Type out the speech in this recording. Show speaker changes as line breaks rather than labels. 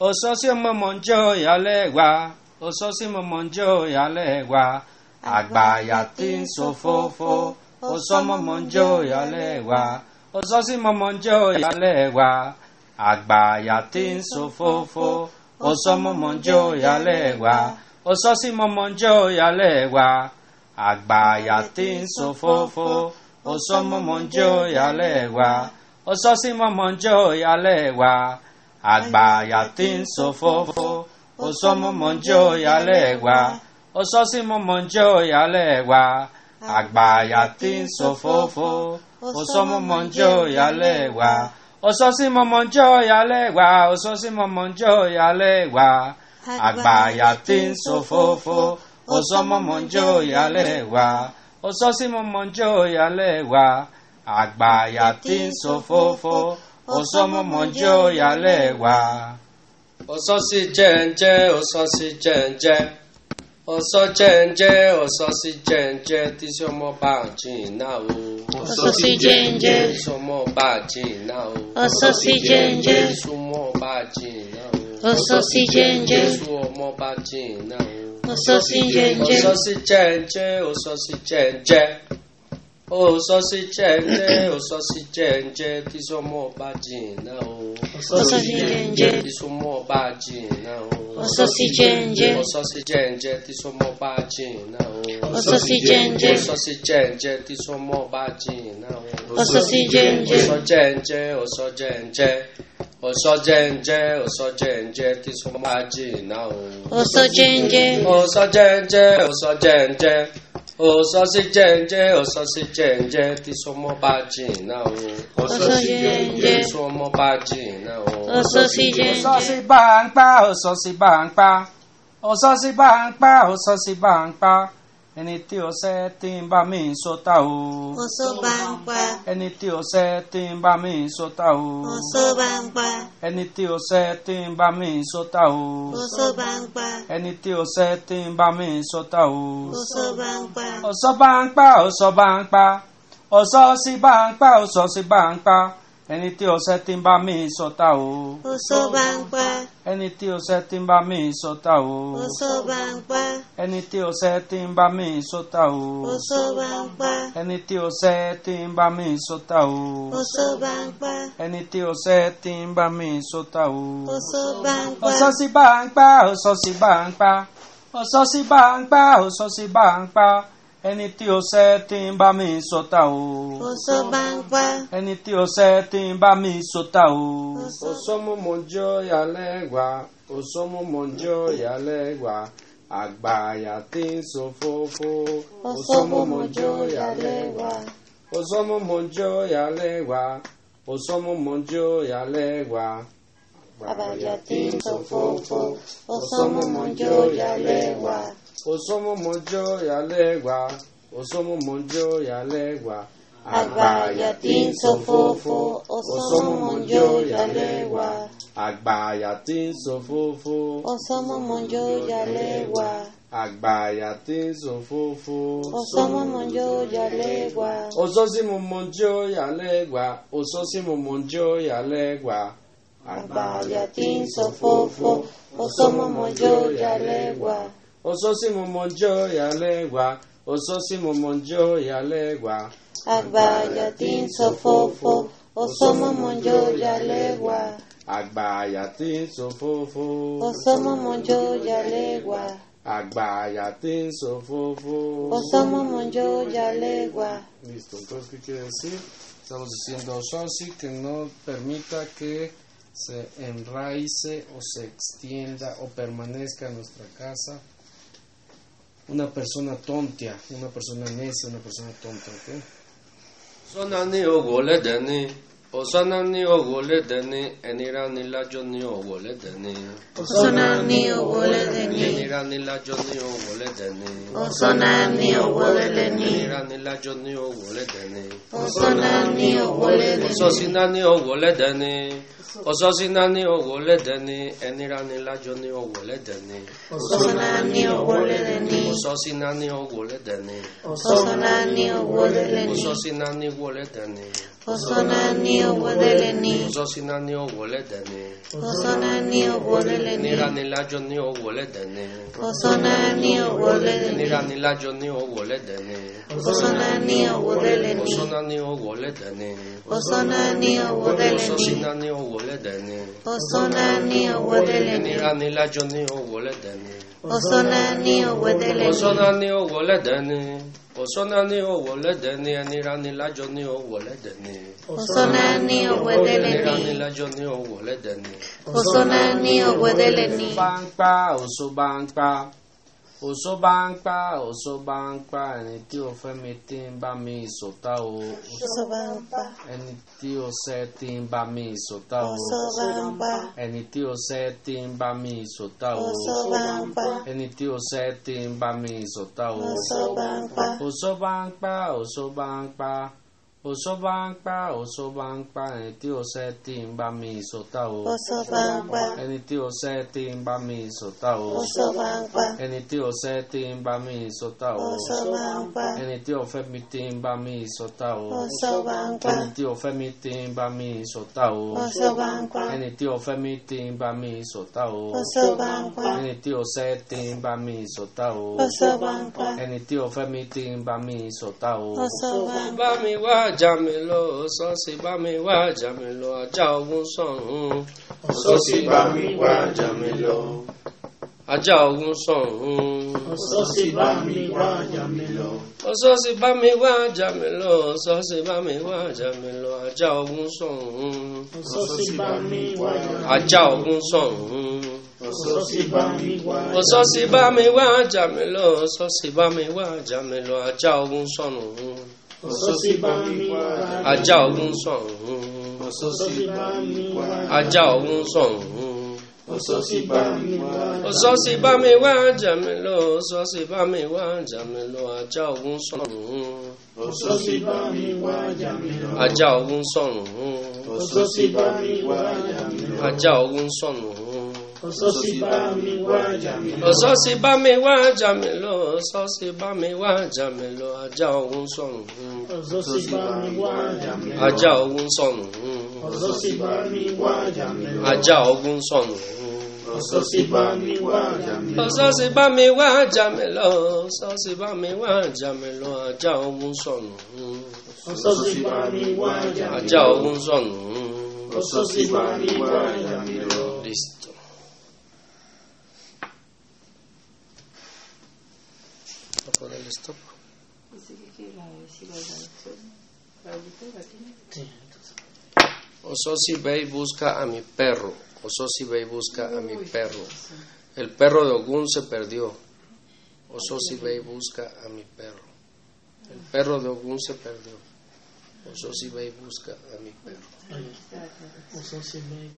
ososio momonjo yalegua ososio momonjo yalegua àgbàyà tí ń ṣòfófó osomomonjo yalegua ososio momonjo yalegua àgbàyà tí ń ṣòfófó osomomonjo yalegua ososio momonjo yalegua àgbàyà tí ń ṣòfófó osomomonjo yalegua ososio momonjo yalegua àgbàyà tí ń ṣòfófó osomomonjo yalegua ososimomonjo yalegua àgbàyà tí ń ṣòfófó osomomonjo yalegua ososimomonjo yalegua ososimomonjo yalegua àgbàyà tí ń ṣòfófó osomomonjo yalegua ososimomonjo yalegua àgbàyà tí ń ṣòfófó osomomonjo yalegua. ososi jẹ́ǹjẹ́ ososi jẹ́ǹjẹ́ ọsọ jẹ́ǹjẹ́ ọsọsi jẹ́ǹjẹ́ tí sọmọ bá jìnnà o.
Ọ̀sọ́sí jẹ́ǹjẹ́.
sọmọ bá jìnnà o.
Ọ̀sọ́sí jẹ́ǹjẹ́.
súnmọ bá jìnnà o.
Ọ̀sọ́sí jẹ́ǹjẹ́.
súnmọ bá jìnnà o.
Ọ̀sọ́sí jẹ́ǹjẹ́.
ọsọsi jẹ́ǹjẹ́ ọsọsi jẹ́ǹjẹ́. ọsọsi jẹ́ǹjẹ́ ọsọsi jẹ́ǹjẹ́ tí sọmọ bá jìnnà o.
Ọ̀sọ́sí jẹ́ǹjẹ́.
tí sọmọ bá jìnnà o.
Ọ̀sọ́sí jẹ́ǹjẹ́.
ọsọsi jẹ́ǹjẹ́ tí sọmọ bá jìnnà o.
Ọ̀sọ́sí jẹ́ǹjẹ́.
Ọ̀sọ́sí jẹ́ǹjẹ́ tí súnmọ́ bá jìnnà o.
Ọ̀sọ́sí jẹ́ǹjẹ́.
Ọ̀sọ́ jẹ́ǹjẹ́ ọ̀sọ́ jẹ́ǹjẹ́. Ọ̀sọ́ jẹ́ǹjẹ́ ọ̀sọ́ jẹ́ǹjẹ́ tí súnmọ́ bá jìnnà o.
Ọ̀sọ́ jẹ́ǹjẹ́.
Ọ̀sọ́ jẹ́ǹjẹ́ ọ̀sọ́ jẹ́ǹjẹ́. Ọ̀sọ́sí jẹ́ǹjẹ́ ọ̀sọ́sí jẹ́ǹjẹ́ tí súnmọ́ bá jìnnà o.
Ọ̀sọ́sí jẹ́ǹjẹ́.
Tí súnmọ́ bá jìnnà o.
Ọ̀sọ́sí
Ọ̀sọ́sí
jẹ́ǹjẹ́.
bá ń pa ọ̀sọ́sí bá ń pa ọ̀sọ́sí bá ń pa ọ̀sọ́sí bá ń pa ẹni tí ọ̀sẹ̀ tí ń bá mi sọ́tà o.
Ọ̀sọ́ bá ń pa.
ẹni tí ọ̀sẹ̀ tí ń bá mi sọ́tà o.
Ọ̀sọ́ bá ń pa.
ẹni tí ọ̀sẹ̀ tí ń bá mi sọ́tà o.
Ọ̀sọ́ bá ń pa.
ẹni tí ọ̀sẹ̀ tí ń bá mi sọ́tà o.
Ọ̀sọ́ bá ń pa.
ọ̀sọ́ bá ń pa ọ̀sọ́ bá ń pa ọ̀sọ́sí bá ń pa ọ̀sọ́sí bá ń pa ẹni tí ọ̀sẹ̀ tí ń bá mi sọ́tà o.
Ọ̀sọ́ bá ń pa.
ẹni tí ọ̀sẹ̀ tí ń bá mi sọ́tà o.
Ọ̀sọ́ bá ń pa.
ẹni tí ọ̀sẹ̀ tí ń bá mi sọ́tà o.
Ọ̀sọ́ bá ń pa.
ẹni tí ọ̀sẹ̀ tí ń bá mi sọ́tà o.
Ọ̀sọ́ bá ń pa.
ẹni tí ọ̀sẹ̀ tí ń bá mi sọ́tà o.
Ọ̀sọ́ bá ń pa.
ọ̀sọ́sí bá ń pa ọ̀sọ́sí bá ń pa ọ̀sọ́sí bá ń pa ọ̀sọ́sí bá ń pa ẹni tí ọ̀sẹ̀ tí ń bá mi sọ́tà o.
Ọ̀sọ́ bá ń pa.
ẹni tí ọ̀sẹ̀ tí ń bá mi sọ́tà o. òsómọmọjọ yálẹ̀ wá òsómọmọjọ yálẹ̀ wá àgbàyà tí ń ṣòfófó òsómọmọjọ yálẹ̀ wá òsómọmọjọ yálẹ̀ wá òsómọmọjọ yálẹ̀ wá.
Àgbàyà tí ń ṣòfófó, ọ̀sọ́mọmọjọ yálẹ̀ wá.
òsómọmọjọ yálẹ̀ wá òsómọmọjọ yálẹ̀ wá.
Àgbàyà tí ń ṣòfófó, ọ̀sọ́mọmọjọ yálẹ̀ wá.
àgbàyà tí ń ṣòfófó
Ọ̀sọ́mọmọjọ yálẹ̀ wá.
àgbàyà tí ń ṣòfófó.
Ọ̀sọ́mọmọjọ yálẹ̀ wá.
òsósímọmọjọ yálẹ́gbà òsósímọmọjọ yálẹ́gbà.
Àgbàyà tí ń ṣòfófó, ọ̀sọ́mọmọjọ yálẹ̀ wá.
òsósímọmọjọ yálẹ́gbà òsósímọmọjọ yálẹ́gbà.
Àgbàyà tí ń ṣòfófó, ọ̀sọ́mọmọjọ yálẹ̀ wá.
àgbàyà tí ń ṣòfófó.
Ọ̀sọ́mọmọjọ yálẹ̀ wá.
àgbàyà tí ń ṣòfófó.
Ọ̀sọ́mọmọjọ yálẹ̀ wá.
Listo, entonces, ¿qué quiere decir? Estamos diciendo sosi que no permita que se enraice o se extienda o permanezca en nuestra casa una persona tontia, una persona necia, una persona tonta, ¿ok? Sọ́nà ní òwò lẹ́dẹ̀ ní ọ̀sánà ní òwò lẹ́dẹ̀ ní ẹniránilájọ́ ní òwò lẹ́dẹ̀ ní
Ọ̀sánání òwò lẹ́lẹ̀ ní.
ẹniránilájọ́ ní òwò lẹ́dẹ̀ ní
Ọ̀sánání òwò lẹ́lẹ̀ ní.
ẹniránilájọ́ ní òwò lẹ́dẹ̀ ní.
Ọ̀sánání òwò lẹ́lẹ̀ ní.
ọsọsí náà ní ọwọ́ lẹ́dẹ̀ ni ọsọsí náà ní ọwọ́ lẹ́dẹ̀ ni ẹniránilájọ ní ọwọ́ lẹ́dẹ̀ ni
Ọ̀sánání òwò lẹ́lẹ̀ ní.
ọsọsí náà ní ọwọ́ lẹ́dẹ̀ ni
Ọ̀sánání òwò lẹ́lẹ̀ ní.
ọsọsí náà ní ọwọ́ lẹ́dẹ̀ ni
Hosanani o Guadalenni.
Zosina-nio Woledene.
Hosanani o Guadalenni.
Nira-nilajo-nio Woledene.
Hosanani o Guadalenni.
Nira-nilajo-nio Woledene.
Hosanani o Guadalenni.
Osona-nio Woledene.
Hosanani o Guadalenni.
Zosina-nio Woledene.
Hosanani o Guadalenni.
Nira-nilajo-nio Woledene.
Hosanani o Guadalenni.
Osona-nio Woledene. Osona-nio Woledene. Nira-nilajo-nio Woledene.
Hosanani o Guadalenni.
Nira-nilajo-nio Woledene.
Hosanani o Guadalenni.
Bangpa, oso bangpa, oso bangpa, oso bangpa, ẹni tí o fẹ́ mi tí ń bá mi ṣọ̀tá o,
Sobanpa.
ẹni tí o ṣẹ́ tí ń bá mi ṣọ̀tá o,
Sobanpa.
ẹni tí o ṣẹ́ tí ń bá mi ṣọ̀tá o,
Sobanpa.
ẹni tí o ṣẹ́ tí ń bá mi ṣọ̀tá o.
Sobanpa.
Oso bangpa, oso bangpa, oso bangpa, oso bangpa, ẹni tí o ṣẹ́ tí ń bá mi ṣọ̀tá o,
Sobanpa.
ẹni tí o ṣẹ́ tí ń bá mi ṣọ̀tá o.
Sobanpa.
Ẹni tí ó ṣẹ́ tí ń bá mi ṣọ̀tá o. E
Sobanpa.
Ẹni tí ó fẹ́ mi tí ń bá mi ṣọ̀tá o. E
Sobanpa.
Ẹni tí ó fẹ́ mi tí ń bá mi ṣọ̀tá o. E
Sobanpa.
Ẹni tí ó fẹ́ mi tí ń bá mi ṣọ̀tá o. E
Sobanpa.
Ẹni tí ó ṣẹ́ tí ń bá mi ṣọ̀tá o. E
Sobanpa.
Ẹni tí ó fẹ́ mi tí ń bá mi ṣọ̀tá o.
Sobanpa.
bá mi wá ajá mi lọ ọ̀sán sí bá mi wá ajá mi lọ ajá ogun sọ̀run
Ọ̀ṣọ́ sì bá mi wá ajá mi lọ.
ajá ogun sọ̀run
Ọ̀ṣọ́ sì bá mi wá ajá mi lọ.
ọ̀sán sí bá mi wá ajá mi lọ ọ̀sán sí bá mi wá ajá mi lọ ajá ogun sọ̀run
Ọ̀ṣọ́ sì bá mi wá ajá mi lọ.
ajá ogun sọ̀run
Ọ̀ṣọ́ sì bá mi wá ajá mi lọ.
ọ̀sán sí bá mi wá ajá mi lọ ọ̀sán sí bá mi wá ajá mi lọ ajá ogun sọ̀run
Ọ̀ṣọ́ sì bá mi wá ajá
ajá ogun
mi lọ.
sọ̀run
Ọ̀ṣọ́ sì bá mi wá ajá mi lọ.
ajá ogun sọ̀run.
Ọ̀ṣọ́ sì bá mi wá ajá mi lọ.
ọ̀sọ́ sì bá mi wá ajá mi lọ ọ̀sọ́ sì bá mi wá ajá mi lọ ajá ogun sọ̀run
Ọ̀ṣọ́ sì bá mi wá ajá mi lọ.
ajá ogun sọ̀run
Ọ̀ṣọ́ sì bá mi wá ajá mi
ajá
lọ.
ogun sọ̀run.
Ọ̀ṣọ́ sì bá mi wá ajá mi lọ.
ọ̀sọ́ sì bá mi wá ajá mi lọ ọ̀sọ́ sì bá mi wá ajá mi lọ ajá ogun sọ̀run
Ọ̀ṣọ́ sì bá mi wá ajá mi lọ.
ajá ogun sọ̀run
Ọ̀ṣọ́ sì bá mi wá ajá mi lọ.
ajá ogun sọ̀run.
Ọ̀ṣọ́ sì bá mi wá ajá mi lọ.
ọ̀sọ́ sì bá mi wá ajá mi lọ ọ̀sọ́ sì bá mi wá ajá mi lọ ajá ogun sọ̀run
Ọ̀ṣọ́ sì bá mi wá ajá mi lọ.
ajá ogun sọ̀run.
Ọ̀ṣọ́ sì bá mi wá ajá mi lọ.
Listo. Voy a ponerle stop. Ososi ve y busca a mi perro. Ososi ve y busca a mi perro. El perro de Ogún se perdió. Ososi ve y busca a mi perro. El perro de Ogún se perdió. Ososi ve y busca a mi perro.
Ọ̀ṣọ́ sì bá mi